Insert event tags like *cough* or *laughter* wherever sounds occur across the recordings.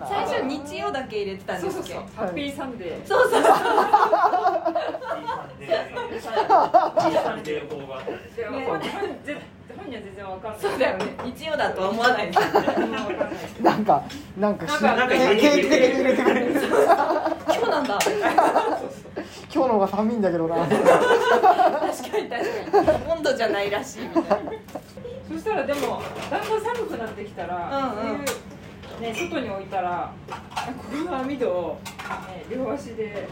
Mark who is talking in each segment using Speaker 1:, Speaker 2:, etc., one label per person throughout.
Speaker 1: は日曜だけ入れてたん
Speaker 2: そ
Speaker 1: で
Speaker 2: うそ
Speaker 1: す
Speaker 2: う
Speaker 1: っ
Speaker 2: そ
Speaker 1: け
Speaker 2: う、ハッピーサンデー。
Speaker 1: そうそうそう
Speaker 3: いい感じいい感じで横があったんです
Speaker 2: でも
Speaker 1: ね
Speaker 2: 本人ぜ本人は全然わかんない。
Speaker 1: そうだよね日曜だとは思わない *laughs* ですよね
Speaker 2: そんなわかんない。
Speaker 4: なんかなんかし
Speaker 2: なんか
Speaker 4: 定期的に入れてくれる
Speaker 1: 今日なんだ
Speaker 4: 今日の方が寒いんだけどな
Speaker 1: 確かに確かに温度じゃないらしいみたいな
Speaker 2: そしたらでもだんだん寒くなってきたら、
Speaker 1: うんうん
Speaker 2: こういうね外に置いたら、ここの網戸を、ね、両足で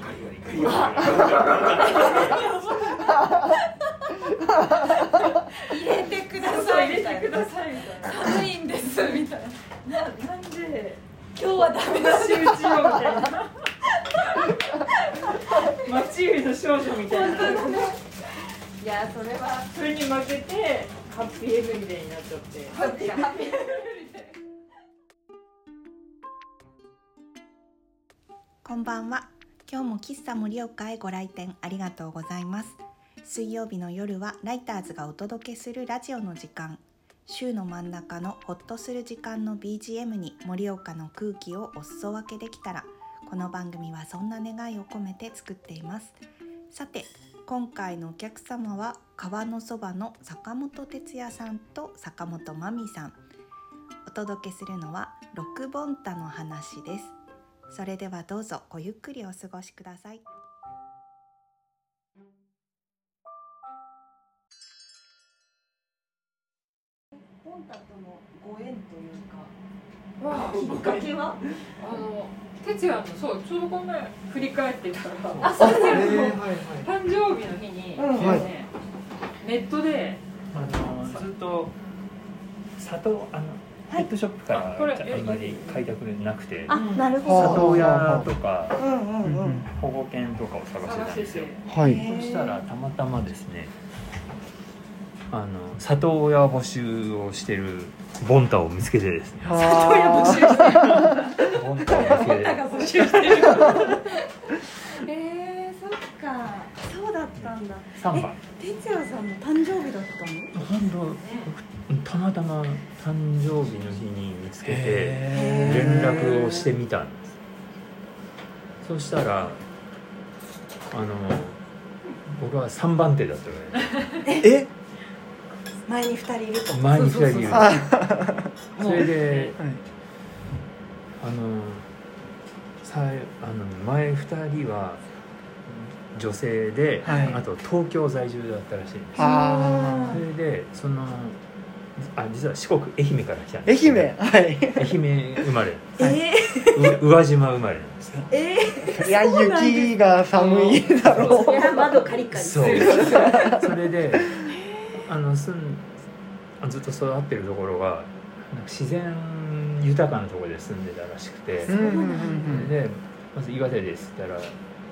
Speaker 1: 入れてくだ
Speaker 2: そう
Speaker 1: さい
Speaker 2: 入
Speaker 1: み
Speaker 2: れ
Speaker 1: た
Speaker 2: てく
Speaker 1: いな
Speaker 2: ださいみたいな。
Speaker 1: 寒いんですみたいな
Speaker 2: ななんで
Speaker 1: 今日はダメだ
Speaker 2: 足打ちよみたいな。町指の少女みたいな。
Speaker 1: いやそれは
Speaker 2: それに負けてハッピーエブリデイになっちゃって。
Speaker 5: こんばんは。今日も喫茶盛岡へご来店ありがとうございます。水曜日の夜はライターズがお届けするラジオの時間。週の真ん中のホッとする時間の BGM に盛岡の空気をお裾分けできたら、この番組はそんな願いを込めて作っています。さて、今回のお客様は川のそばの坂本哲也さんと坂本真美さん。お届けするのは六本田の話です。それではどうぞごゆっくりお過ごしください。
Speaker 1: 本田とのご縁という
Speaker 2: わあ
Speaker 1: かきっかけは
Speaker 2: あの哲也のそうちょうどこの前振り返ってたら
Speaker 1: あそうですよね
Speaker 4: えーはい
Speaker 2: 誕生日の日に、
Speaker 1: うん
Speaker 2: ですねネットで
Speaker 3: あのずっと砂糖あのペットショップか
Speaker 2: あこれ
Speaker 3: らあんまり買いたくなくて
Speaker 1: あなる
Speaker 4: ほど
Speaker 3: 里親とか
Speaker 1: うんうんうん、
Speaker 3: 保護犬とかを探して
Speaker 2: 探
Speaker 3: た
Speaker 2: し
Speaker 3: ん
Speaker 2: て
Speaker 3: です
Speaker 2: て
Speaker 3: よ
Speaker 4: はいはい
Speaker 3: そしたらたまたまですねあの里親募集をしてるボンタを見つけてですね
Speaker 4: あー
Speaker 3: ボンタを見つけて
Speaker 2: 募集してる
Speaker 1: えー、そっかそうだったんだ
Speaker 3: 3番
Speaker 1: 哲也さんの誕生日だったの
Speaker 3: 本当たまたま誕生日の日に見つけて
Speaker 4: へ
Speaker 3: 連
Speaker 4: ー
Speaker 3: 絡をしてみたんですそしたらあの僕は3番手だったのね
Speaker 4: え
Speaker 1: 前に二人いると
Speaker 3: 前に2人いる
Speaker 4: あ
Speaker 3: それで
Speaker 4: はい
Speaker 3: あのさあの前2人は女性で、
Speaker 4: はい
Speaker 3: あと東京在住だったらしいんです
Speaker 4: あ
Speaker 3: それでそのあ実は四国愛媛から来たん
Speaker 4: ー
Speaker 3: ですけど
Speaker 4: 愛媛はい
Speaker 3: 愛媛生まれ
Speaker 1: え
Speaker 3: う宇和島生まれなんですよ
Speaker 1: ー、え
Speaker 4: いや雪が寒いだろ
Speaker 1: ー、いや窓カリカリ
Speaker 3: そうそれであの住んあずっと育ってるところはなんか自然豊かなところで住んでたらしくて
Speaker 4: う
Speaker 3: そ
Speaker 4: んうんう
Speaker 3: れ
Speaker 4: ん
Speaker 3: でまず岩手ですって言った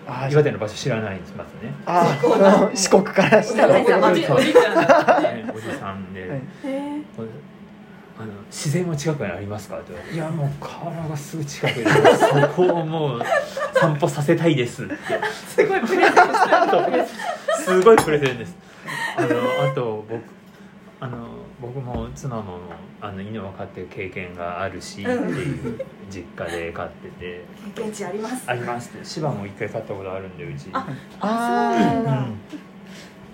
Speaker 4: あ
Speaker 3: ら
Speaker 4: ー
Speaker 3: 岩手の場所知らないんですまずね
Speaker 4: あー四国からしたら
Speaker 1: おじさんお
Speaker 2: お
Speaker 1: じ
Speaker 2: じ
Speaker 3: おじ
Speaker 2: ちゃん
Speaker 3: ねおじさんで、
Speaker 4: はい
Speaker 1: え
Speaker 3: これあの自然は近くにありますか?」って言われて「いやもう川がすぐ近くでそこをもう散歩させたいです」って
Speaker 2: すごいプレゼント
Speaker 3: *laughs*
Speaker 2: したの
Speaker 3: すごいプレゼンですあのあと僕あの僕も妻もあの犬を飼ってる経験があるしっていう実家で飼ってて
Speaker 1: ー、経験値あります
Speaker 3: ありますって芝も一回飼ったことあるんでうち
Speaker 1: あ
Speaker 4: あ
Speaker 3: う
Speaker 4: ー
Speaker 3: ん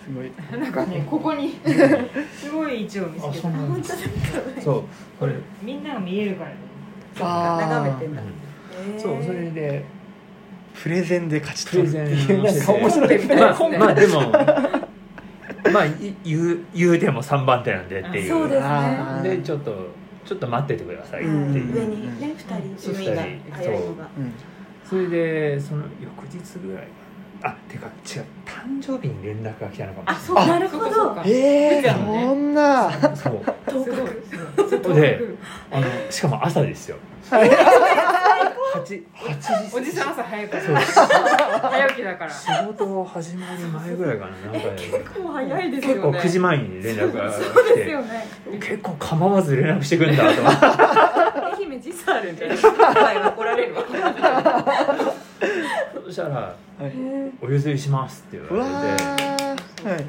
Speaker 4: すごい
Speaker 2: なんかねここにすごい位置を見つけた
Speaker 3: なんですそうこれ、
Speaker 2: みんなが見えるからね
Speaker 4: あー
Speaker 1: 眺めてん
Speaker 3: う
Speaker 1: だ、
Speaker 3: ん
Speaker 1: えー、
Speaker 3: そうそれで
Speaker 4: プレゼンで勝ち
Speaker 3: プレ
Speaker 4: 取るって
Speaker 3: ゼン
Speaker 4: いう
Speaker 3: を
Speaker 4: なんか面白い
Speaker 2: みたい
Speaker 3: ま
Speaker 2: で
Speaker 3: あ
Speaker 2: すね
Speaker 3: まあでもまあい言う言うても3番手なんでっていう
Speaker 1: そうですね
Speaker 4: あー
Speaker 3: でちょっとちょっと待っててくださいって
Speaker 4: うん
Speaker 3: いう
Speaker 1: 上にね二人
Speaker 3: そう
Speaker 1: 海が早いのが
Speaker 4: うん
Speaker 3: それでその翌日ぐらいかなあてか違う誕生日に連絡が来たのかもしれ
Speaker 4: あ
Speaker 1: なるほど
Speaker 2: そうかそうか
Speaker 4: え
Speaker 2: だ
Speaker 4: ー
Speaker 2: よね
Speaker 4: そんな
Speaker 3: ないそう
Speaker 1: 遠く
Speaker 2: すごい
Speaker 3: であのしかも朝で
Speaker 1: *laughs*
Speaker 3: すよ8 8時
Speaker 2: おじさん朝早く
Speaker 3: そう
Speaker 2: 早起きだから
Speaker 3: 仕事始まる前ぐらいかななんか、
Speaker 1: も早いです
Speaker 3: 結構
Speaker 1: よね
Speaker 3: 9時前に連絡が
Speaker 1: そう
Speaker 3: 来
Speaker 1: です
Speaker 3: て
Speaker 1: よね
Speaker 3: 結構構わず連絡してくんだと思って
Speaker 1: 愛媛時差あるんではい怒られるわ *laughs*
Speaker 3: そしたら
Speaker 4: はい
Speaker 3: 「お譲りします」って
Speaker 4: う
Speaker 3: 言
Speaker 4: わ
Speaker 3: われて
Speaker 4: ーはい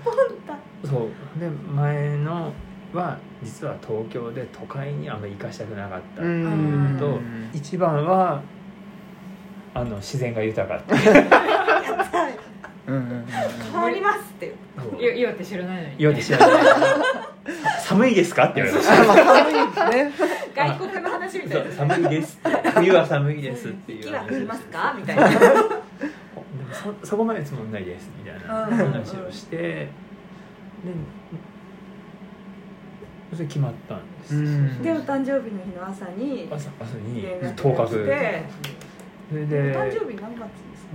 Speaker 3: そうで前のは実は東京で都会にあんまり行かしたくなかった
Speaker 4: うん
Speaker 3: と一番はあの自然が豊かって
Speaker 4: うんうんうんうん
Speaker 1: 変わりますって
Speaker 2: い岩手知らないのに
Speaker 3: 言われてしまった寒いですかって言われました
Speaker 4: あまあ寒いですね
Speaker 1: 外国の話みた
Speaker 3: そ
Speaker 1: いうな
Speaker 3: 寒いですって冬は寒いですっていう
Speaker 1: 雪
Speaker 3: 話
Speaker 1: は
Speaker 3: を
Speaker 1: 降
Speaker 3: して
Speaker 1: りますかみたいな
Speaker 3: でもそそこまでつもりないですみたいな
Speaker 1: うんうんうん
Speaker 3: 話をしてでそれ決まったんです、
Speaker 4: うん
Speaker 1: でお誕生日の日の朝に
Speaker 3: 朝朝に
Speaker 1: 連絡が
Speaker 3: 当確
Speaker 1: 来て
Speaker 3: それ
Speaker 1: お
Speaker 3: で
Speaker 1: 誕生日何月ですか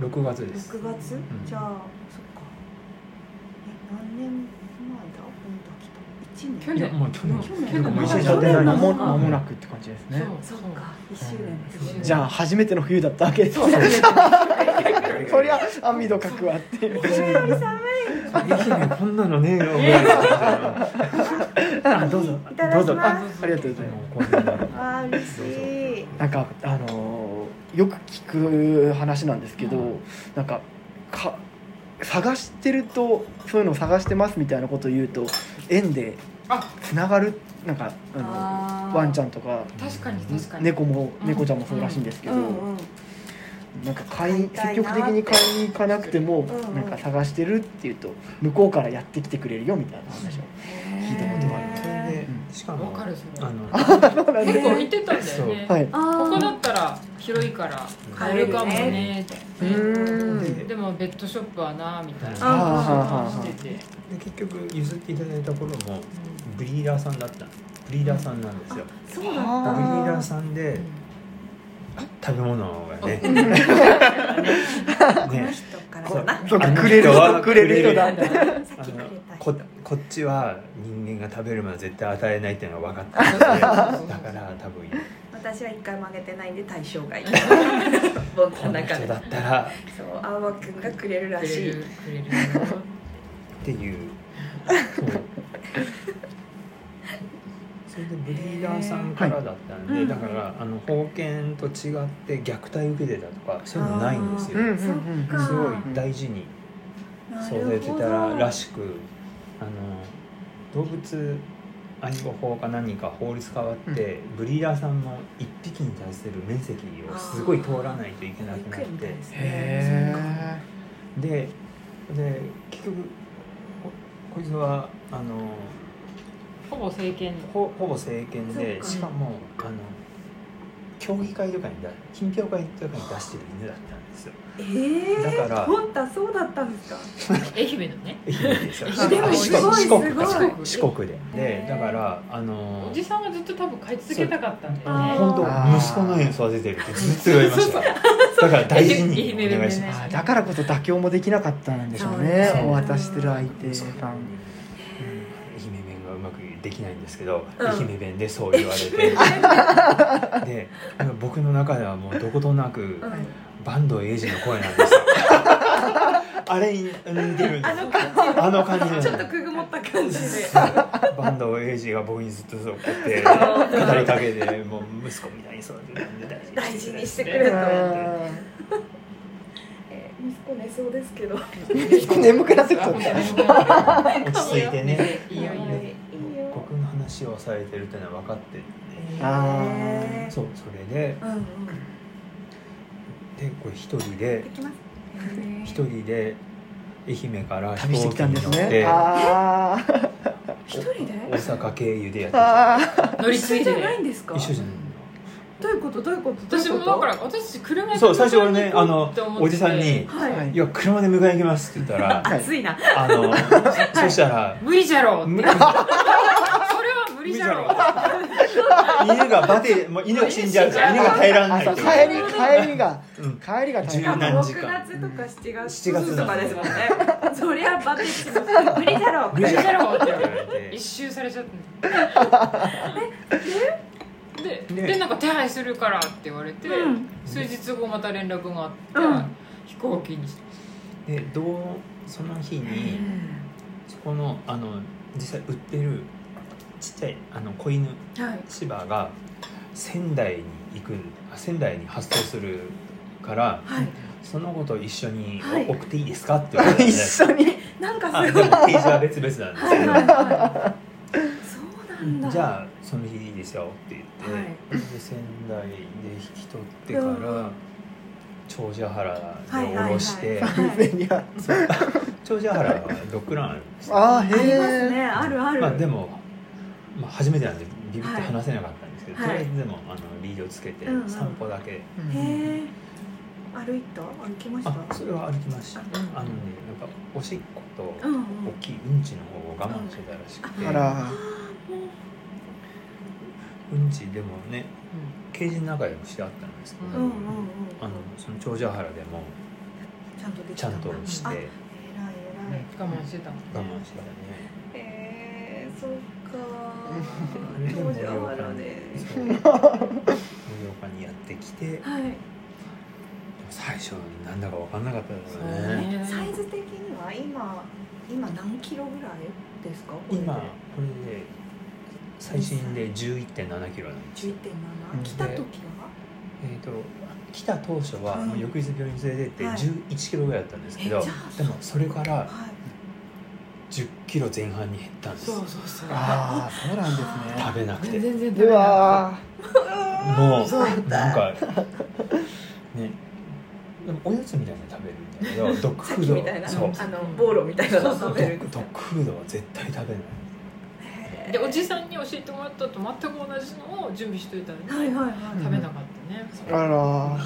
Speaker 3: 6月です
Speaker 1: 6月、
Speaker 3: ん
Speaker 1: じゃあそっかえ何年前だ本当来た1年
Speaker 2: 去
Speaker 3: いや
Speaker 2: 年
Speaker 3: もう去年
Speaker 2: 去
Speaker 1: 年
Speaker 4: もう一
Speaker 3: 緒
Speaker 4: 緒
Speaker 3: に
Speaker 4: にやっ
Speaker 3: やっ
Speaker 4: てて
Speaker 3: な
Speaker 4: ないい
Speaker 3: の
Speaker 4: 間も間もなくって感じですね
Speaker 1: そっか1周年です
Speaker 2: そう
Speaker 4: じゃあ初めての冬だったわけですねそりゃ網戸かくわっていう
Speaker 3: 愛媛こんなのねえよあどうぞ
Speaker 1: いただ
Speaker 3: どう
Speaker 1: き
Speaker 3: ぞ
Speaker 1: ま
Speaker 4: あ
Speaker 1: す
Speaker 4: ありがとうございます
Speaker 3: もうこんなの
Speaker 1: わあ嬉しい
Speaker 4: なんかあのーよく聞く話なんですけど、
Speaker 3: うん
Speaker 4: なんかか探してるとそういうのを探してますみたいなことを言うと縁で
Speaker 2: あ
Speaker 4: つながるなんかあ
Speaker 2: あ
Speaker 4: のワンちゃ
Speaker 2: ん
Speaker 4: んとか
Speaker 2: 確かに確かに
Speaker 4: 猫も
Speaker 2: うん
Speaker 4: 猫ちゃんもそうらしいんですけど、
Speaker 1: うんうん
Speaker 4: なんか買い
Speaker 1: 買いたい
Speaker 4: 積
Speaker 1: な
Speaker 4: 極的に買いに行かなくても、
Speaker 1: んうん
Speaker 4: なんか探してるっていうと向こうからやってきてくれるよみたいな話を聞いたことがある
Speaker 3: それでしか
Speaker 2: わ
Speaker 3: も
Speaker 2: かるそれ
Speaker 3: あの
Speaker 2: 結構言ってたんだよね
Speaker 4: はい、
Speaker 1: あ
Speaker 2: こ
Speaker 1: ー
Speaker 2: こだったら広いから買えるかもねって
Speaker 4: うーん
Speaker 2: でもベッドショップはなみたいな
Speaker 3: あ
Speaker 4: あー
Speaker 2: 話してて
Speaker 3: で結局譲っていただいた頃もブリーダーさんだったブリーダーさんなんですよ
Speaker 1: そうだった
Speaker 3: ブリーダーさんで食べ物がね
Speaker 1: この
Speaker 3: ね
Speaker 1: 人からだな
Speaker 4: そう
Speaker 3: あ
Speaker 4: か
Speaker 3: の人は
Speaker 4: くれる人くれる人だ
Speaker 1: さ
Speaker 3: あ
Speaker 1: っきくれ
Speaker 3: の
Speaker 1: た人
Speaker 3: ここっちは人間が食べるまで絶対与えないっていうのが分かったんですねだから多分
Speaker 1: 私は一回曲げてないんで対象外僕の
Speaker 3: この
Speaker 1: 中
Speaker 3: 人
Speaker 1: で
Speaker 3: だったら
Speaker 1: そう青葉くんがくれるら
Speaker 2: くれ
Speaker 1: しい
Speaker 2: るくれる
Speaker 3: っていうそうそれでブリーダーさんからだったんで、
Speaker 1: はい
Speaker 3: だからあの封建と違って虐待受けてたとかそういうのないんです
Speaker 4: う
Speaker 3: よ
Speaker 4: んうんう
Speaker 1: そっ
Speaker 4: ん
Speaker 1: か
Speaker 3: すごい大事に育ててたらしくあの動物愛護法か何か法律変わって、ブリーダーさんも一匹に対する面積をすごい通らないといけなくなって
Speaker 4: へえ
Speaker 3: でで結局ここいつはあの
Speaker 2: ほぼ政権
Speaker 3: ほほぼ政権で
Speaker 1: そ
Speaker 3: し
Speaker 1: うか
Speaker 3: かもあの競技会とかにだ品評会とかに出してる犬だったんですよ
Speaker 1: えー、
Speaker 3: だから
Speaker 1: 本当はそうだったんですか
Speaker 2: 愛媛のね
Speaker 3: 愛媛ですよ
Speaker 2: あでも
Speaker 3: 四国
Speaker 1: す
Speaker 3: 四
Speaker 1: ごい
Speaker 3: 国
Speaker 1: す
Speaker 2: ごい
Speaker 3: 四国でで
Speaker 1: へー
Speaker 3: だからあの
Speaker 2: おじさんはずっと多分買い続けたかったんだ
Speaker 1: あー
Speaker 2: よ
Speaker 3: 本
Speaker 2: ね
Speaker 3: 当
Speaker 4: あー
Speaker 3: 息子のように育ててるってずっと言われましただから大事にお願いします
Speaker 4: あだからこそ妥協もできなかったんでしょうね
Speaker 1: そう
Speaker 4: お渡ししてる相手
Speaker 3: そう
Speaker 4: さん
Speaker 3: 愛媛弁がうまくできないんですけど、
Speaker 1: うん
Speaker 3: 愛媛弁でそう言
Speaker 1: *laughs*
Speaker 3: われてで僕の中ではもうどことなく、
Speaker 1: うん
Speaker 3: バンドエイジの声なんですよあれに似てるんです
Speaker 1: あの感
Speaker 3: あの感じなん
Speaker 1: じ
Speaker 3: で
Speaker 1: ち
Speaker 3: す
Speaker 1: ょっとくぐもった感じで
Speaker 3: バンドエイジが僕にずっとそうこうやって
Speaker 1: うん
Speaker 3: 語りかけてもう息子みたいに育てたんで
Speaker 1: 大事にしてく
Speaker 4: う
Speaker 1: れと
Speaker 4: ん
Speaker 1: えー息子寝そうですけど
Speaker 4: *laughs* 眠くなってきた
Speaker 3: 落ち着いてね
Speaker 2: いいよいいよ
Speaker 1: いいよ
Speaker 3: 僕の話をされてるっていうのは分かって
Speaker 4: あー
Speaker 1: ー
Speaker 3: そうそれで
Speaker 1: うんうん
Speaker 3: でこれ一人
Speaker 1: で
Speaker 3: で
Speaker 1: きます
Speaker 3: 一人で愛媛から飛
Speaker 4: 旅して
Speaker 3: 行
Speaker 4: き
Speaker 3: 機
Speaker 4: たん
Speaker 3: に
Speaker 4: です
Speaker 3: 乗っ
Speaker 4: ね
Speaker 3: て
Speaker 4: あー
Speaker 1: 一人で
Speaker 3: 大阪経由でやってきた
Speaker 4: あー
Speaker 2: 乗り
Speaker 1: 一緒
Speaker 2: 継い
Speaker 1: じ
Speaker 2: で
Speaker 1: ゃない
Speaker 2: ね
Speaker 1: んですか
Speaker 3: 一緒じゃない
Speaker 1: どういうことどういうこと
Speaker 2: 私もだからら私車で
Speaker 3: そう最初俺 *laughs* ねあのおじさんに
Speaker 1: は
Speaker 4: はいい
Speaker 3: 「いや車で迎えに行きます」って言ったら
Speaker 1: 暑いな
Speaker 3: あのそそしたら
Speaker 2: 無理じゃろうって
Speaker 3: む
Speaker 2: それは無理じゃろう
Speaker 3: 犬がバテもう犬が死んじゃうから犬が耐えられな
Speaker 4: あ
Speaker 3: い
Speaker 4: そう
Speaker 3: って
Speaker 4: 帰
Speaker 3: 言われて
Speaker 4: り帰りが
Speaker 3: うん
Speaker 4: 帰りが大
Speaker 3: 十
Speaker 4: 変
Speaker 3: 何時
Speaker 1: 6
Speaker 3: 間
Speaker 1: 月とか7
Speaker 3: 7
Speaker 1: 月
Speaker 3: 月
Speaker 1: と
Speaker 3: だ
Speaker 1: かですもんねそりゃバテします無理だろう
Speaker 2: 無理じゃろうって言わ
Speaker 3: 言
Speaker 2: れ
Speaker 3: われ
Speaker 2: て
Speaker 3: て
Speaker 2: 一周されちゃったでででなんか手配するからって言われて、
Speaker 1: うん
Speaker 2: 数日後また連絡があって、
Speaker 1: うん
Speaker 2: 飛行機に
Speaker 3: でどうその日にそこのあの実際売ってるちっちゃいあの子犬
Speaker 1: はい
Speaker 3: 芝が仙台に行くあ仙台に発送するから
Speaker 1: はい
Speaker 3: その子と一緒に
Speaker 1: はい
Speaker 3: 送っていいですかって言われて、 *laughs*
Speaker 4: 一緒に
Speaker 1: なん
Speaker 3: あ
Speaker 1: か
Speaker 3: です
Speaker 1: ご
Speaker 3: も
Speaker 1: い
Speaker 3: ページは別々なんですけど
Speaker 1: そうなんだ
Speaker 3: じゃあその日いいですよって言って、
Speaker 1: はい
Speaker 3: で仙台で引き取ってから、長者原で下ろして、
Speaker 1: はい
Speaker 4: 完全にあ
Speaker 3: そう長者原はドッグランあるんですよ
Speaker 4: あー
Speaker 2: あります
Speaker 4: へ
Speaker 2: ね
Speaker 4: え
Speaker 2: あるある、
Speaker 3: まあでも、まあ、初めてなんでビビって話せなかったんですけど、
Speaker 2: はい
Speaker 3: とりあえずでもあのリードつけて
Speaker 1: うんうん
Speaker 3: 散歩だけ、
Speaker 1: へえ歩いた歩きました
Speaker 3: あそれは歩きました、あのねなんかおしっこと
Speaker 2: うんうん
Speaker 3: 大きいうんちの方を我慢してたらしくて、
Speaker 4: あら
Speaker 3: うんちでもねケージの中でもしてあったんですけど、
Speaker 2: うんうんうん
Speaker 3: あのその長者原でも
Speaker 1: ちゃんとでき
Speaker 3: ち
Speaker 1: た
Speaker 3: ゃんとして
Speaker 1: あ
Speaker 3: 我
Speaker 1: 偉い偉い
Speaker 2: 我慢してたもん
Speaker 3: 慢してたね
Speaker 1: えー、そっか
Speaker 3: *laughs* うん
Speaker 1: ー当時はまだね
Speaker 3: そう盛岡にやってきて
Speaker 1: はい
Speaker 3: 最初なんだか分かんなかったです
Speaker 2: そうね
Speaker 3: ね
Speaker 1: サイズ的には今今何キロぐらいですかこれで
Speaker 3: 今これで最新で1 1 7キロなんですよ
Speaker 1: 11.7、
Speaker 3: ん
Speaker 1: 来た時は
Speaker 3: えー、と来た当初は、
Speaker 1: うん
Speaker 3: 翌日病院連れてって
Speaker 1: はい
Speaker 3: 1 1キロぐらいだったんですけど、
Speaker 1: えじゃあ
Speaker 3: でもそれから
Speaker 1: はい
Speaker 3: 1 0キロ前半に減ったんです
Speaker 2: そうそうそう
Speaker 4: ああそうなんですね
Speaker 3: 食べなくて
Speaker 2: 全然食べ
Speaker 4: で
Speaker 2: ない
Speaker 4: は
Speaker 3: も
Speaker 4: そう
Speaker 3: うなんかねでもおやつみたいなの食べるんだ
Speaker 1: *laughs*
Speaker 3: けどドッグ
Speaker 1: さっ
Speaker 3: フ
Speaker 1: き
Speaker 3: ード
Speaker 1: みたいな
Speaker 3: そう
Speaker 1: あのボーロみたいなの
Speaker 3: ド
Speaker 1: 食べる
Speaker 3: ッグドッグフードは絶対食べない
Speaker 1: へー
Speaker 2: でおじさんに教えてもらったと全く同じのを準備しといたのに、
Speaker 1: はいはいはい
Speaker 2: 食べなかったね、
Speaker 3: そ
Speaker 4: あ
Speaker 3: う
Speaker 4: ら
Speaker 3: で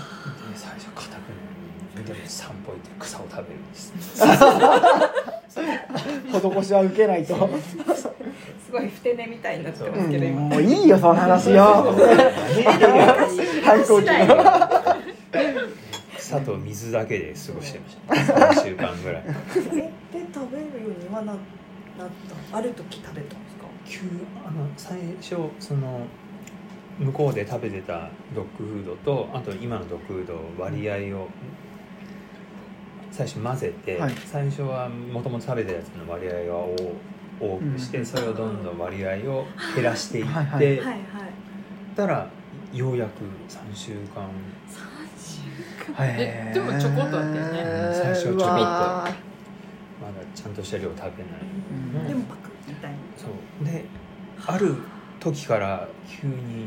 Speaker 3: 最初硬くなるのにでも散歩行って草を食べるんです
Speaker 4: 施しは受けないと
Speaker 1: すごいふて寝みたいになって
Speaker 4: う
Speaker 1: ますけど
Speaker 4: ん
Speaker 1: 今
Speaker 4: もういいよその話
Speaker 3: *laughs*
Speaker 4: よ反抗期
Speaker 3: 草と水だけで過ごしてました3週間ぐらい
Speaker 1: えで食べるようにはななったある時食べたんですか
Speaker 3: 急あの最初その向こうで食べてたドッグフードとあと今のドッグフード割合を最初混ぜて、
Speaker 4: はい
Speaker 3: 最初はもともと食べてたやつの割合を多くして、
Speaker 4: うん
Speaker 3: それをどんどん割合を減らしていって、
Speaker 4: はいはい
Speaker 1: はい
Speaker 3: たらようやく3週間
Speaker 4: へー
Speaker 2: でもちょこっとだったよね
Speaker 3: 最初ちょこっと
Speaker 4: うわー
Speaker 3: まだちゃんとした量食べない、
Speaker 1: は
Speaker 4: うん
Speaker 1: いでもパクみたいな
Speaker 3: そうである時から急に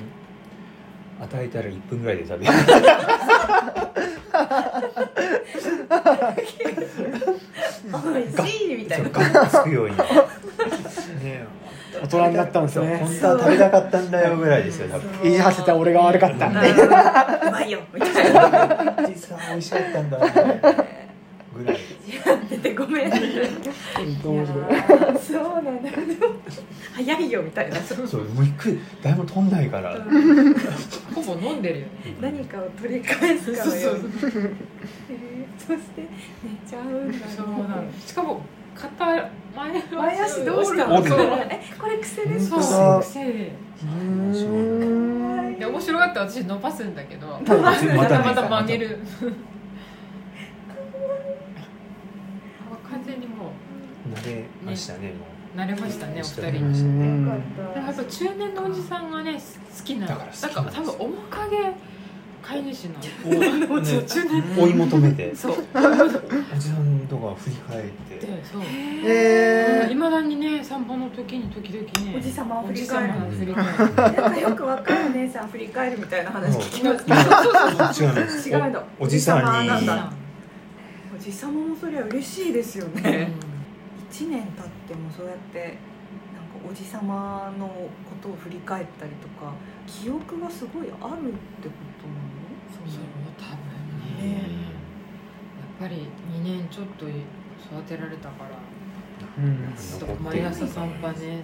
Speaker 3: 与えたら1分ぐらいで食べる
Speaker 1: おいしいみたい
Speaker 3: そ
Speaker 1: な
Speaker 3: っかつくようにねえ
Speaker 4: 大人になったんです
Speaker 3: そう
Speaker 4: ね
Speaker 3: 本当は食べたかったんだよぐらいですよ多分
Speaker 1: そう
Speaker 4: 言い走ってた俺が悪かったんで
Speaker 1: うんうまいよみ
Speaker 4: *laughs*
Speaker 1: たいな
Speaker 3: 実は美味しかったんだなぐらい
Speaker 1: 出てごめん
Speaker 4: 本当面白い
Speaker 1: そうなんだ早いよみたいな
Speaker 3: そうもう一回誰も取んないから
Speaker 2: ほぼ飲んでるよね
Speaker 1: 何かを取り返すかのように
Speaker 2: そう
Speaker 1: えーそして寝ちゃうんだ
Speaker 2: そうなのしかも片前足
Speaker 1: 前足どうした
Speaker 3: 折
Speaker 1: の
Speaker 3: る
Speaker 1: そう
Speaker 3: 折
Speaker 1: えこれ癖です
Speaker 2: そう
Speaker 1: か
Speaker 2: そう癖で
Speaker 4: うん
Speaker 2: で面白がって私伸ばすんだけど
Speaker 4: 伸ばす
Speaker 2: またま
Speaker 3: また
Speaker 2: た曲げるあ完全にも
Speaker 3: 慣れましたねも
Speaker 2: う慣れましたねお二人
Speaker 3: う
Speaker 2: に
Speaker 4: うん
Speaker 2: でもやっぱ中年のおじさんがね好きな
Speaker 3: だから好きなんです
Speaker 2: 多分面影飼い主なん
Speaker 3: う、おね
Speaker 2: 中年
Speaker 3: 追い求めて
Speaker 2: そう
Speaker 3: おじさんとか振り返って
Speaker 2: でそう
Speaker 4: え
Speaker 2: いまだにね散歩の時に時々ね
Speaker 1: おじさまを振
Speaker 2: おじ
Speaker 1: り
Speaker 2: さ
Speaker 1: 返る
Speaker 2: まを振り返る
Speaker 1: なんかよくわかるお姉さん振り返るみたいな話聞きますけど
Speaker 3: 違うんです
Speaker 1: 違うの
Speaker 3: おおじさん
Speaker 1: おじさまなん
Speaker 3: に
Speaker 1: だおじさまもそりゃ嬉しいですよね1年経ってもそうやってなんかおじさまのことを振り返ったりとか記憶がすごいあるってことなの
Speaker 2: そう多分
Speaker 3: うん
Speaker 2: ねやっぱり2年ちょっと育てられたから
Speaker 4: うん
Speaker 2: ちょっと毎朝散歩ねされて
Speaker 1: うんな
Speaker 2: な
Speaker 1: ん
Speaker 2: ん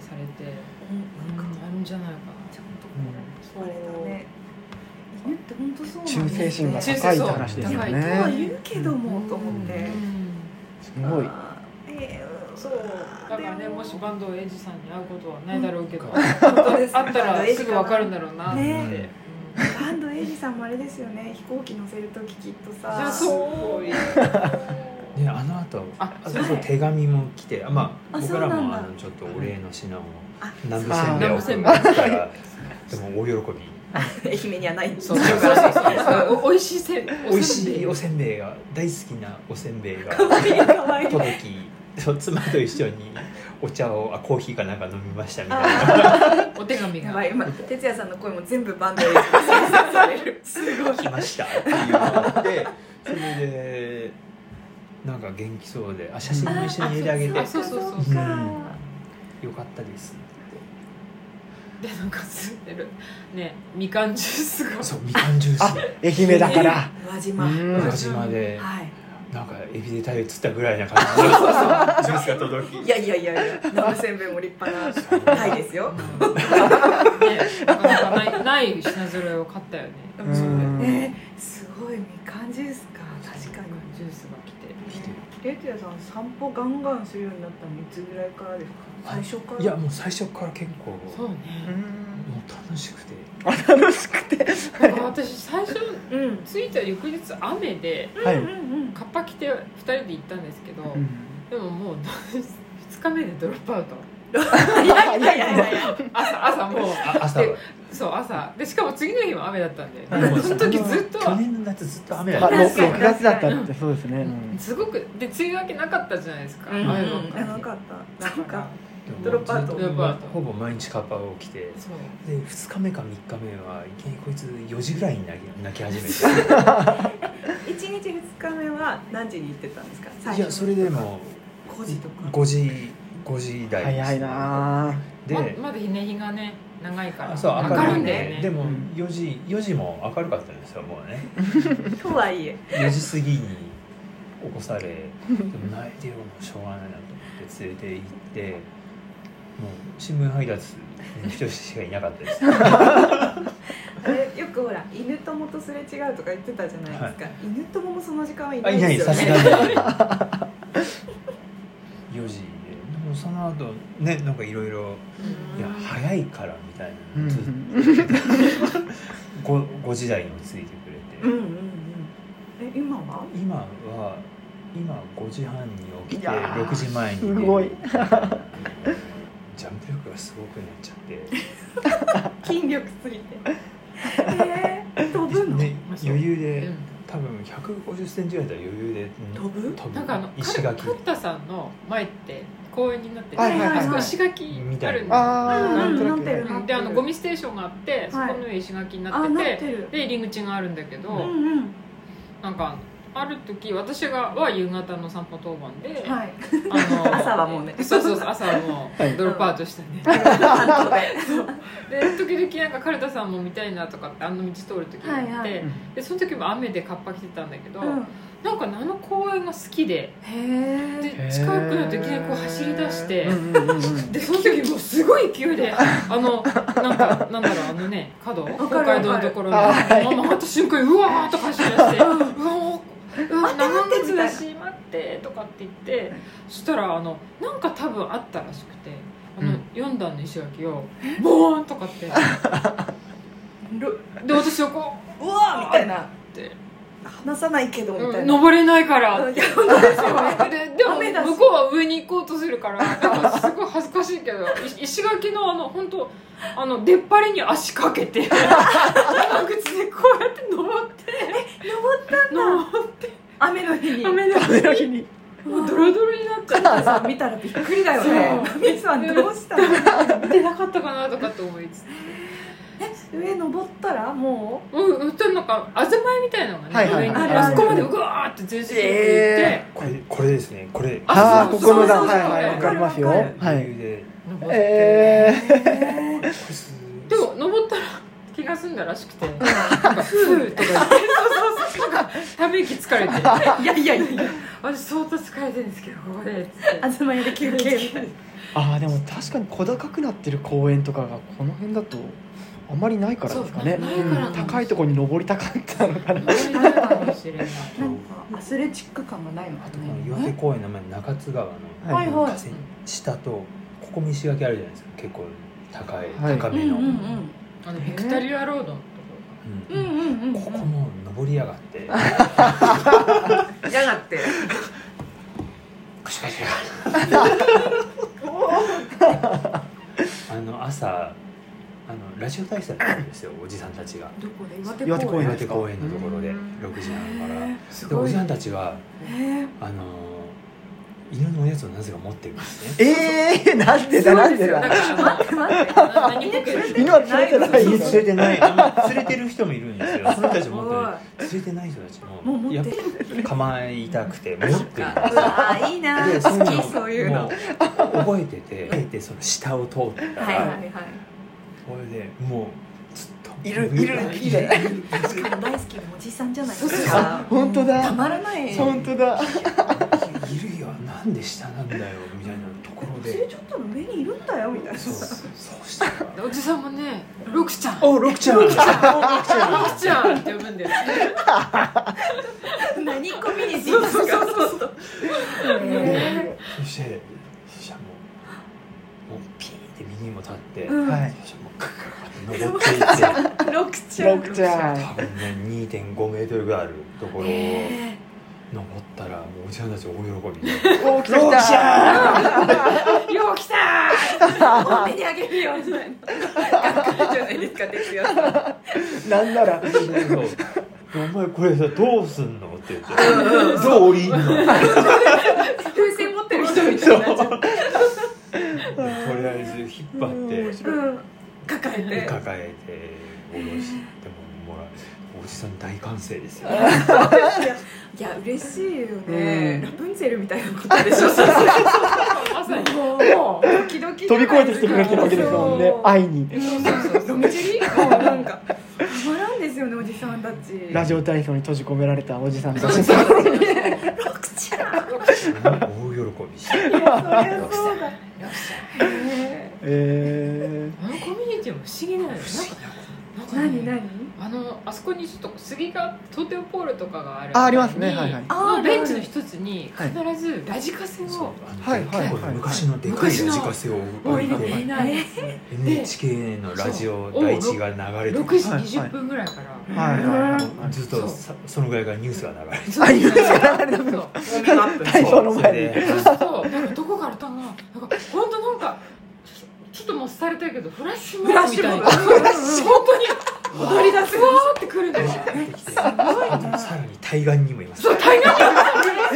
Speaker 1: か
Speaker 2: かあるんじゃないか
Speaker 1: ちゃんとこれ、あれだね犬って本当そうなんです
Speaker 4: 忠
Speaker 1: ね
Speaker 4: 誠心が高いって話ですよ
Speaker 2: 忠誠
Speaker 1: と
Speaker 2: 心そ
Speaker 1: は
Speaker 2: う高
Speaker 1: 言
Speaker 4: ね
Speaker 1: うけどもと思っ
Speaker 2: な
Speaker 1: て
Speaker 2: うん
Speaker 4: すごい
Speaker 1: あーえー
Speaker 2: そうだからね
Speaker 1: で
Speaker 2: もし坂東英二さんに会うことはないだろうけど
Speaker 3: うん
Speaker 2: 会
Speaker 1: 本当です
Speaker 2: ったらすぐ分かるんだろうなって
Speaker 1: ね
Speaker 2: うん
Speaker 1: バンドエイジさんもあれですよね飛行機乗せるとききっとさ
Speaker 2: あそう
Speaker 3: ね、あの後
Speaker 2: あ
Speaker 3: あそうそう手紙も来てあまあ
Speaker 1: あ
Speaker 3: 僕ら
Speaker 1: そうなん
Speaker 3: も
Speaker 1: だ
Speaker 3: あのちょっとお礼の品を
Speaker 1: あ
Speaker 3: 南部せんべいを
Speaker 2: あ
Speaker 3: 送って
Speaker 2: 南
Speaker 3: たらでも大喜
Speaker 1: 愛媛にはない
Speaker 2: そうそ
Speaker 1: *laughs*
Speaker 2: うそうそうお美味しいせん
Speaker 3: び美味しいお
Speaker 2: お
Speaker 3: せんべいが大好きなおせんべいが
Speaker 1: かわいい
Speaker 3: 届きそう妻と一緒にお茶をあコーヒーかなんか飲みましたみたいな
Speaker 2: お手紙
Speaker 1: や
Speaker 2: が
Speaker 1: ばい今哲也さんの声も全部バンドエイジさんにされるすごい
Speaker 3: 来ましたっていうのでそれでなんか元気そうであ写真も一緒に入れてあげて
Speaker 2: あそうそうそう
Speaker 3: そうよかったです
Speaker 2: でなんか吸ってるねみかんジュースが
Speaker 3: そうみかんジュー
Speaker 4: あ
Speaker 3: ス
Speaker 4: 愛媛だから
Speaker 1: 宇和島、
Speaker 4: うん
Speaker 3: 宇和島で
Speaker 1: はい
Speaker 3: なんかエビで食べつったぐらいな感じでジュースが届き
Speaker 1: いやいやいやいや生せんべいも立派なタイですよ
Speaker 2: ねなかなかないない品揃えを買ったよね
Speaker 4: うん
Speaker 2: そうだよね
Speaker 1: えーすごいみかんジュースか確か
Speaker 2: み
Speaker 1: に
Speaker 2: かんジュースが来て
Speaker 1: レティアさん散歩ガンガンするようになったのいつぐらいからですか
Speaker 3: は
Speaker 1: 最初から
Speaker 3: いやもう最初から結構も
Speaker 2: そう
Speaker 3: う
Speaker 2: ね
Speaker 3: 楽しくて
Speaker 4: 楽しくて
Speaker 2: なんか私最初
Speaker 1: うんうん
Speaker 2: 着いた翌日雨で
Speaker 4: はい
Speaker 1: うんうん
Speaker 2: カッパ着て2人で行ったんですけど、でももう2日目でドロップアウト
Speaker 1: いやいやいやいやいや
Speaker 2: 朝朝もう
Speaker 3: あ朝は
Speaker 2: そう朝でしかも次の日も雨だったんで、
Speaker 3: でも
Speaker 2: その時ずっと
Speaker 3: 去年の夏ずっと雨だ
Speaker 4: あ
Speaker 3: っ
Speaker 4: ろ
Speaker 3: たんですよ
Speaker 4: 6月だったってそうですね、うん
Speaker 2: すごくで梅雨明けなかったじゃないですか、
Speaker 1: うん
Speaker 2: 雨ばっ
Speaker 1: うん
Speaker 2: かり
Speaker 1: 長かったなんか
Speaker 3: でもずっと
Speaker 1: ド
Speaker 2: ロップアウト
Speaker 3: ほぼ毎日カッパを着て
Speaker 2: そう
Speaker 3: で2日目か3日目はいきなりこいつ4時ぐらいに泣き泣
Speaker 2: *laughs*
Speaker 3: き始めて
Speaker 1: 一日二日目は何時に行ってたんですか最
Speaker 3: いやそれでも
Speaker 1: 5時とか
Speaker 3: 5時5時台です
Speaker 4: 早いなあ
Speaker 3: で、
Speaker 2: ままだ日ね日がね長いから
Speaker 3: あそう明るい
Speaker 2: 明
Speaker 3: ん
Speaker 2: ん
Speaker 3: で、
Speaker 2: だよね
Speaker 3: でも
Speaker 4: うん
Speaker 3: 4時4時も明るかったんですよもうね
Speaker 1: とはいえ
Speaker 3: 4時過ぎに起こされでも泣いてるのもしょうがないなと思って連れて行ってもう新聞配達の人しかいなか
Speaker 4: *laughs*
Speaker 3: ったです
Speaker 1: あれ *laughs* よくほら犬友とすれ違うとか言ってたじゃないですか、犬友もその時間はい
Speaker 3: あ
Speaker 1: ない
Speaker 3: いな
Speaker 1: で
Speaker 3: い
Speaker 1: すよ
Speaker 3: さす
Speaker 1: ね
Speaker 3: がに4時ででもその後ねなんかいろいろ
Speaker 1: うん
Speaker 3: いや早いからみたいな
Speaker 4: うん
Speaker 3: の
Speaker 4: う
Speaker 3: ずっ
Speaker 4: ん
Speaker 3: と 5, 5時台に落ち着いてくれて、
Speaker 1: うんうんうんえ今は
Speaker 3: 今は今5時半に起き
Speaker 4: い
Speaker 3: て
Speaker 4: やー
Speaker 3: 6時前に
Speaker 4: すごい
Speaker 3: ジャンプ力がすごくなっちゃって
Speaker 1: 筋力すぎてえー、飛ぶの、
Speaker 3: ね
Speaker 2: まあそう
Speaker 3: 余裕
Speaker 2: う
Speaker 3: で
Speaker 2: ん
Speaker 3: 多分150センチぐらいだったら余裕で
Speaker 1: 飛ぶ
Speaker 3: 飛ぶ
Speaker 2: なんかあのか
Speaker 3: 石垣
Speaker 2: 角田さんの前って公園になってて、
Speaker 4: はいはいはい
Speaker 2: あそこ石垣
Speaker 3: み
Speaker 2: あ
Speaker 3: た
Speaker 2: る
Speaker 3: い
Speaker 2: ん
Speaker 3: な
Speaker 4: あ
Speaker 1: うん
Speaker 4: ー
Speaker 1: な
Speaker 4: なん
Speaker 1: て
Speaker 4: んと
Speaker 1: る
Speaker 4: な
Speaker 1: な
Speaker 4: く
Speaker 1: んてる
Speaker 2: であのゴミステーションがあってそこの上石垣にな
Speaker 1: あ
Speaker 2: って
Speaker 1: な
Speaker 2: て,、
Speaker 1: ってる
Speaker 2: で入り口があるんだけど、
Speaker 1: うんうん
Speaker 2: なんかある時私がは夕方の散歩当番で、
Speaker 1: はい
Speaker 2: あの
Speaker 1: 朝はもうね
Speaker 2: そうそうそう朝はも
Speaker 1: *laughs*
Speaker 4: はいう
Speaker 2: ドロップアウトしたね、
Speaker 1: 半島で
Speaker 2: で時々なんかカルタさんも見たいなとかってあの道通る時があって、
Speaker 1: はいは
Speaker 2: でその時も雨でカッパ着てたんだけ
Speaker 1: *laughs*
Speaker 2: ど、
Speaker 1: うん
Speaker 2: なんかあの公園が好きで
Speaker 1: へえ
Speaker 2: で近くの時にこう走り出して
Speaker 4: うんうんうんうん
Speaker 2: でその時もうすごい
Speaker 1: *laughs*
Speaker 2: 勢いであのなんかなんだろうあのね角
Speaker 1: かる
Speaker 2: 北海道のところに
Speaker 4: わかる
Speaker 2: もう回った瞬間にうわーっと走り出して「うわーうわ
Speaker 1: 待って待って
Speaker 2: 長靴だし待って」とかって言ってそしたらあのなんか多分あったらしくてあの、
Speaker 4: うん
Speaker 2: 4段の石垣を「ボーン!」とか
Speaker 1: *laughs*
Speaker 2: ってで私をこ
Speaker 1: うわーみたいな
Speaker 2: うって、
Speaker 1: 話さないけどみた
Speaker 2: う
Speaker 1: い
Speaker 2: ん
Speaker 1: な、
Speaker 2: 登れないからって
Speaker 1: いや本当ですよね
Speaker 2: ででも
Speaker 1: 雨だし
Speaker 2: 向こうは上に行こうとする
Speaker 4: *laughs*
Speaker 2: からなんかすごい恥ずかしいけどい石垣のあの本当あの出っ張りに足かけて長靴でこうやって登って
Speaker 1: 登ったんだ
Speaker 2: 登っ
Speaker 1: 雨の日に
Speaker 2: て雨だ
Speaker 4: 雨の日に
Speaker 2: もうドロドロになっちゃっ
Speaker 1: カルタさん見たらびっくりだよねミツはどうしたの
Speaker 2: て出なかったかなとかって思いつつ
Speaker 1: 上登ったらもう
Speaker 2: うんうんとなんかあずまいみたいなのがね、
Speaker 4: はいはい
Speaker 2: 上に
Speaker 1: あるあ
Speaker 2: あ
Speaker 1: る
Speaker 2: そこまでうわーって前進して行って、
Speaker 3: これこれですねこれ
Speaker 2: あそ
Speaker 4: ああこ
Speaker 2: う
Speaker 4: この
Speaker 2: そ
Speaker 4: 段
Speaker 2: うそう
Speaker 4: はいはい
Speaker 2: わ
Speaker 4: わ
Speaker 2: か
Speaker 4: か
Speaker 1: る
Speaker 4: りますよ
Speaker 1: わかる
Speaker 4: は
Speaker 3: 余
Speaker 4: い
Speaker 3: 裕で
Speaker 2: 登って
Speaker 4: えー
Speaker 1: え
Speaker 3: こいつ
Speaker 2: でも登ったら気が済んだらしくてなんか「ふー」とか言ってそうそうそうなんかため
Speaker 1: *laughs*
Speaker 2: 息疲れて
Speaker 1: ーいやいやいや
Speaker 2: 私相当疲れてるんですけどここでっつって
Speaker 1: 東屋で休憩みたいな
Speaker 4: あーでも確かに小高くなってる公園とかがこの辺だとあんまりないからですかね
Speaker 2: そうないから
Speaker 4: うん高いところに登りたかったのかな
Speaker 2: かもしれな
Speaker 1: なん
Speaker 2: い
Speaker 1: かアスレチック感がないのか
Speaker 3: あと
Speaker 1: ね
Speaker 3: この岩手公園の前の中津川の
Speaker 1: はいはい
Speaker 3: 河川下とここ見石垣あるじゃないですか結構高い、
Speaker 4: はい
Speaker 3: 高
Speaker 1: うんう
Speaker 3: め
Speaker 1: ん
Speaker 3: の、
Speaker 2: あのビクタリアロードのとこ
Speaker 1: うんうんうんうん
Speaker 3: ここも登りやがって
Speaker 1: やがって
Speaker 3: カシカシあの朝あのラジオ体操やってるんですよおじさんたちが
Speaker 1: どこで
Speaker 4: 岩手公園
Speaker 3: 岩手公園のところで
Speaker 4: うん
Speaker 3: 6時半から
Speaker 1: へ
Speaker 3: でおじさんたちは
Speaker 1: ーへー
Speaker 3: あのー犬のおやつをなぜか持ってるんですね
Speaker 4: *laughs* えー、なんでだなんで
Speaker 2: だか
Speaker 4: だ
Speaker 2: ら待って待って何ポケット
Speaker 4: 犬は連れてないよ
Speaker 3: 連れてないあの連れてる人もいるんですよその人たち
Speaker 2: す
Speaker 3: も
Speaker 2: ご
Speaker 3: 持
Speaker 2: い
Speaker 3: ってない連れてない人たちも
Speaker 1: もう持
Speaker 3: や
Speaker 1: っ
Speaker 3: ってぱ
Speaker 1: る
Speaker 3: 構いたくて持ってるんですよ
Speaker 1: あいいな
Speaker 3: で
Speaker 1: 好きそういうのは
Speaker 3: も覚えて
Speaker 1: *laughs*
Speaker 3: てあえてその下を通った
Speaker 1: いはい
Speaker 3: ら
Speaker 1: はい
Speaker 3: これでもうずっと
Speaker 4: いるいるいる
Speaker 1: 確かに大好きなおじさんじゃないです
Speaker 4: あ
Speaker 1: か
Speaker 4: 本当
Speaker 1: た
Speaker 4: だ
Speaker 1: まらない
Speaker 4: 本当だ
Speaker 3: いるよなんで下なんだよみたいなところ
Speaker 1: 忘れ *laughs*
Speaker 3: で
Speaker 1: ちゃったの上にいるんだよみたいな
Speaker 3: そうそうしたら
Speaker 2: おじさんもねロクちゃんロ
Speaker 3: おロクちゃん
Speaker 2: クちゃんって呼ぶんです
Speaker 1: 何コミュニティですか
Speaker 2: ね
Speaker 3: そしてそしたらもうもうピーンって右にも立って、
Speaker 1: うん
Speaker 4: はい
Speaker 3: そしたらもうクックックって登っていって
Speaker 1: ロクちゃ
Speaker 4: ロ
Speaker 1: ん
Speaker 4: クちゃん
Speaker 3: 多分ね2.5メートルぐらいあるところを
Speaker 1: え
Speaker 3: 登ったらもうおじさんたち大喜びで
Speaker 1: *laughs*
Speaker 4: お来た
Speaker 3: ロク
Speaker 4: 来
Speaker 3: ち
Speaker 4: た
Speaker 3: ゃん
Speaker 2: よう来た
Speaker 1: ーお手にあげるよみたいながっかりじゃないですか哲也さん
Speaker 4: なんなら
Speaker 3: そうお前これさどうすんのって言ってどう降りんの
Speaker 1: 風船持ってる人みたいになっちゃっ
Speaker 3: とりあえず引っ張って
Speaker 1: てうん抱えて
Speaker 3: 抱えて下ろしてももらうおじさん大歓声ですよ
Speaker 1: いや嬉しいよ
Speaker 4: う
Speaker 1: ね
Speaker 4: ん
Speaker 1: ラプンツェルみたいなことでしょ
Speaker 2: まさに
Speaker 1: もうもうドキドキ
Speaker 4: 飛び越えてきてくれてるわけですもんね
Speaker 1: あ
Speaker 4: 愛に
Speaker 2: そうそうそう
Speaker 1: ロムチェリーもうなんかたまらんですよねおじさんたち
Speaker 4: ラジオ体操に閉じ込められたおじさんたち
Speaker 1: ロクちゃん
Speaker 3: 大喜びして
Speaker 1: いやそりゃそうだね
Speaker 4: え
Speaker 2: あのコミュニティも不思議なのよなんかなんかね
Speaker 1: 何何
Speaker 2: あのあそこにちょっと杉がトテオポールとかがある
Speaker 4: あありますねはいはい
Speaker 2: あのベンチの一つに
Speaker 4: はい
Speaker 2: 必ずラジカセ
Speaker 3: そう
Speaker 2: を
Speaker 3: あの結構昔のでかいラジカセを
Speaker 1: もう
Speaker 3: 置い
Speaker 1: い
Speaker 3: て
Speaker 1: いない
Speaker 3: NHK のラジオ第一が流れて
Speaker 2: 6時
Speaker 4: はい
Speaker 2: 20分ぐらいから
Speaker 4: はいはいはいはい
Speaker 3: ずっとさそのぐらいからニュースが流れて
Speaker 2: そう
Speaker 4: あニュースが流れてくる
Speaker 2: そう
Speaker 1: ウォーミングアップ
Speaker 4: 体操の
Speaker 3: そ
Speaker 4: 前
Speaker 3: れ
Speaker 4: に
Speaker 3: で
Speaker 2: そうするとなんかどこからたんななんか本当なんかちょっともう廃れたけどフラッシュモ
Speaker 1: フラッ
Speaker 2: ブみ
Speaker 1: シ
Speaker 2: た
Speaker 1: ュ
Speaker 2: い
Speaker 1: モ
Speaker 2: な
Speaker 1: ブ
Speaker 2: 本当に
Speaker 1: 踊り出す
Speaker 2: ふわーってくるんですよ
Speaker 3: 出てきてあとさらに対岸にもいます
Speaker 2: そう大概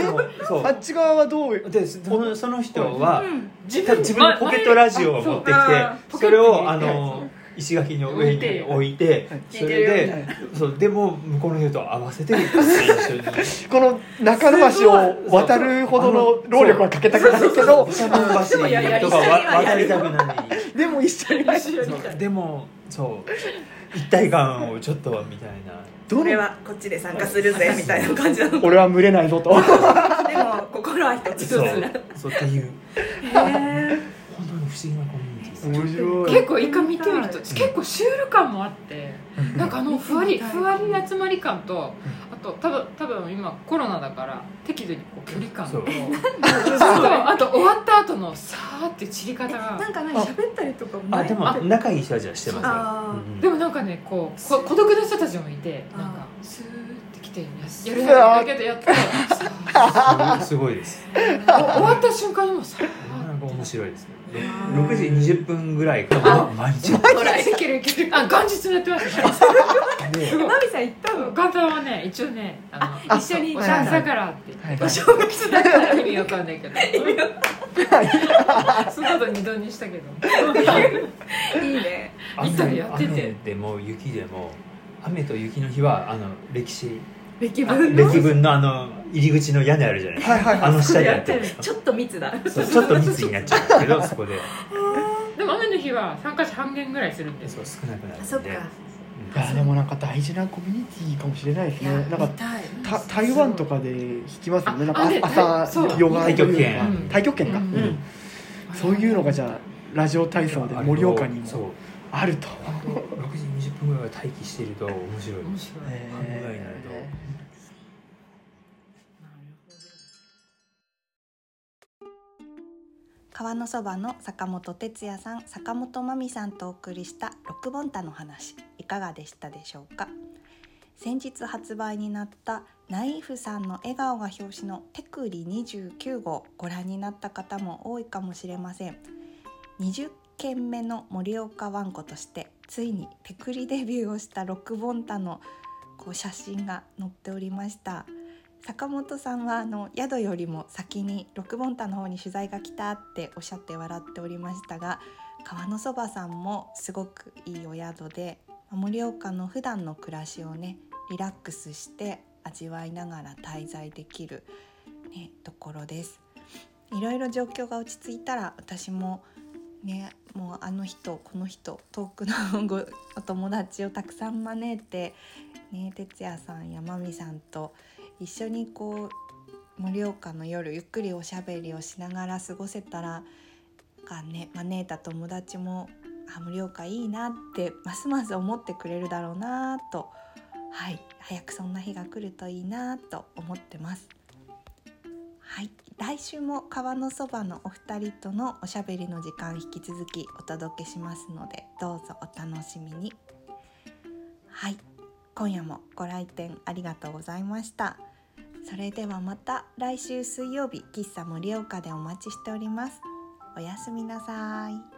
Speaker 3: そうそ
Speaker 4: あっち側はどう
Speaker 3: うでそのその人は
Speaker 1: うん
Speaker 2: 自
Speaker 3: た自分のポケットラジオを持ってき
Speaker 1: あ
Speaker 3: て
Speaker 2: そう
Speaker 3: それ
Speaker 2: ポケットに入れ
Speaker 3: を
Speaker 2: て
Speaker 3: あの石垣の上に置いて
Speaker 4: はい
Speaker 3: それでそうでも向こうの人と合わせて一緒に
Speaker 4: この中野橋を渡るほどの労力はかけたくないけど
Speaker 3: そのバスとか
Speaker 2: やいや一緒に
Speaker 1: はやる
Speaker 3: わ渡りたくない
Speaker 4: でも一緒に
Speaker 2: 一緒に
Speaker 3: そうでもそう一体感をちょっとはみたいな
Speaker 4: ど
Speaker 1: 俺
Speaker 4: れ
Speaker 1: はこっちで参加するぜみたいな感じなので
Speaker 4: 俺は群れないぞと
Speaker 1: も心は一つ
Speaker 3: そう
Speaker 1: へ
Speaker 3: そうっていう
Speaker 1: え
Speaker 3: 本当に不思議なコミュニティです
Speaker 4: 面白い
Speaker 2: 結構一回見てみると結構シュール感もあってなんかあのふわりふわり集まり感とあと多分多分今コロナだから適度にこう距離感と
Speaker 3: そう
Speaker 2: あとあと終わった後のさーって散り方が
Speaker 1: なんか何喋ったりとかも
Speaker 3: あでも仲いい人たちはして
Speaker 1: あ
Speaker 3: ま
Speaker 1: ー
Speaker 3: すようん
Speaker 2: でもなんかねこうこ孤独な人たちもいて
Speaker 1: あー
Speaker 2: なんかスーって来てねやるだけでやってさー
Speaker 3: すすごいです
Speaker 2: お終わった瞬間にもさー
Speaker 3: なんか面白いですね
Speaker 1: あー
Speaker 3: 6時20分ぐらいから毎日やって
Speaker 2: ほらいけるいけるあ元日もやってますね
Speaker 3: です
Speaker 2: ごい
Speaker 1: マミさん行ったの
Speaker 2: 元旦はね一応ねあの
Speaker 4: あ
Speaker 1: 一緒に
Speaker 2: お
Speaker 1: 行っ
Speaker 2: 正
Speaker 1: た
Speaker 4: あ
Speaker 1: ん
Speaker 2: 月
Speaker 1: だ
Speaker 2: だからって言
Speaker 4: はい
Speaker 2: っ
Speaker 4: はい
Speaker 1: 正月だから
Speaker 2: て意味わかんないけどそのこと二度にしたけど
Speaker 1: いいね
Speaker 2: いつもやってて
Speaker 3: 雨でも雪でも雨と雪の日はあの歴史
Speaker 1: 歴
Speaker 2: 文
Speaker 1: 文
Speaker 2: の
Speaker 1: の
Speaker 3: 歴分のあの入り口の屋根あるじゃないですか
Speaker 4: はいはい
Speaker 3: あの下でや
Speaker 2: や
Speaker 3: っ
Speaker 2: ってて
Speaker 3: る
Speaker 2: る
Speaker 1: ちょっと密だ
Speaker 3: そうちょっと密になっちゃうんですけどそこで
Speaker 2: でも雨の日は参加者半減ぐらいするんです
Speaker 3: そ
Speaker 2: よ
Speaker 3: う少なくなるんで
Speaker 1: そっか
Speaker 3: うん
Speaker 4: いやでもなんか大事なコミュニティかもしれないですねなんか
Speaker 1: たい
Speaker 4: た台湾とかで弾きますよねなんか
Speaker 2: ああれ
Speaker 4: 朝
Speaker 2: そう
Speaker 4: ヨガという
Speaker 3: 太極
Speaker 4: か
Speaker 2: 拳
Speaker 4: 太極拳か、
Speaker 2: うん
Speaker 4: うんそういうのがじゃあラジオ体操で盛岡に
Speaker 3: そう
Speaker 4: もあると
Speaker 3: 6時20分ぐらいは待機していると面白い
Speaker 2: 面白い
Speaker 3: 半分ぐらいになると
Speaker 5: 川のそばの坂本哲也さん坂本真美さんとお送りした「六本田の話」いかがでしたでしょうか先日発売になったナイーフさんの笑顔が表紙の「テクリ29号」ご覧になった方も多いかもしれません20件目の盛岡ワンコとしてついにテクリデビューをした六本田のこう写真が載っておりました坂本さんはあの宿よりも先に六本田の方に取材が来たっておっしゃって笑っておりましたが川のそばさんもすごくいいお宿で盛岡の普段の暮らしをねリラックスして味わいながら滞在できる、ね、ところですいろいろ状況が落ち着いたら私もねもうあの人この人遠くのごお友達をたくさん招いて、ね、哲也さん山美さんと一緒にこう盛岡の夜ゆっくりおしゃべりをしながら過ごせたらがね招いた友達もあ盛岡いいなってますます思ってくれるだろうなとはい早くそんな日が来るといいなと思ってますはい来週も川のそばのお二人とのおしゃべりの時間引き続きお届けしますのでどうぞお楽しみにはい今夜もご来店ありがとうございましたそれではまた来週水曜日喫茶盛岡でお待ちしておりますおやすみなさい。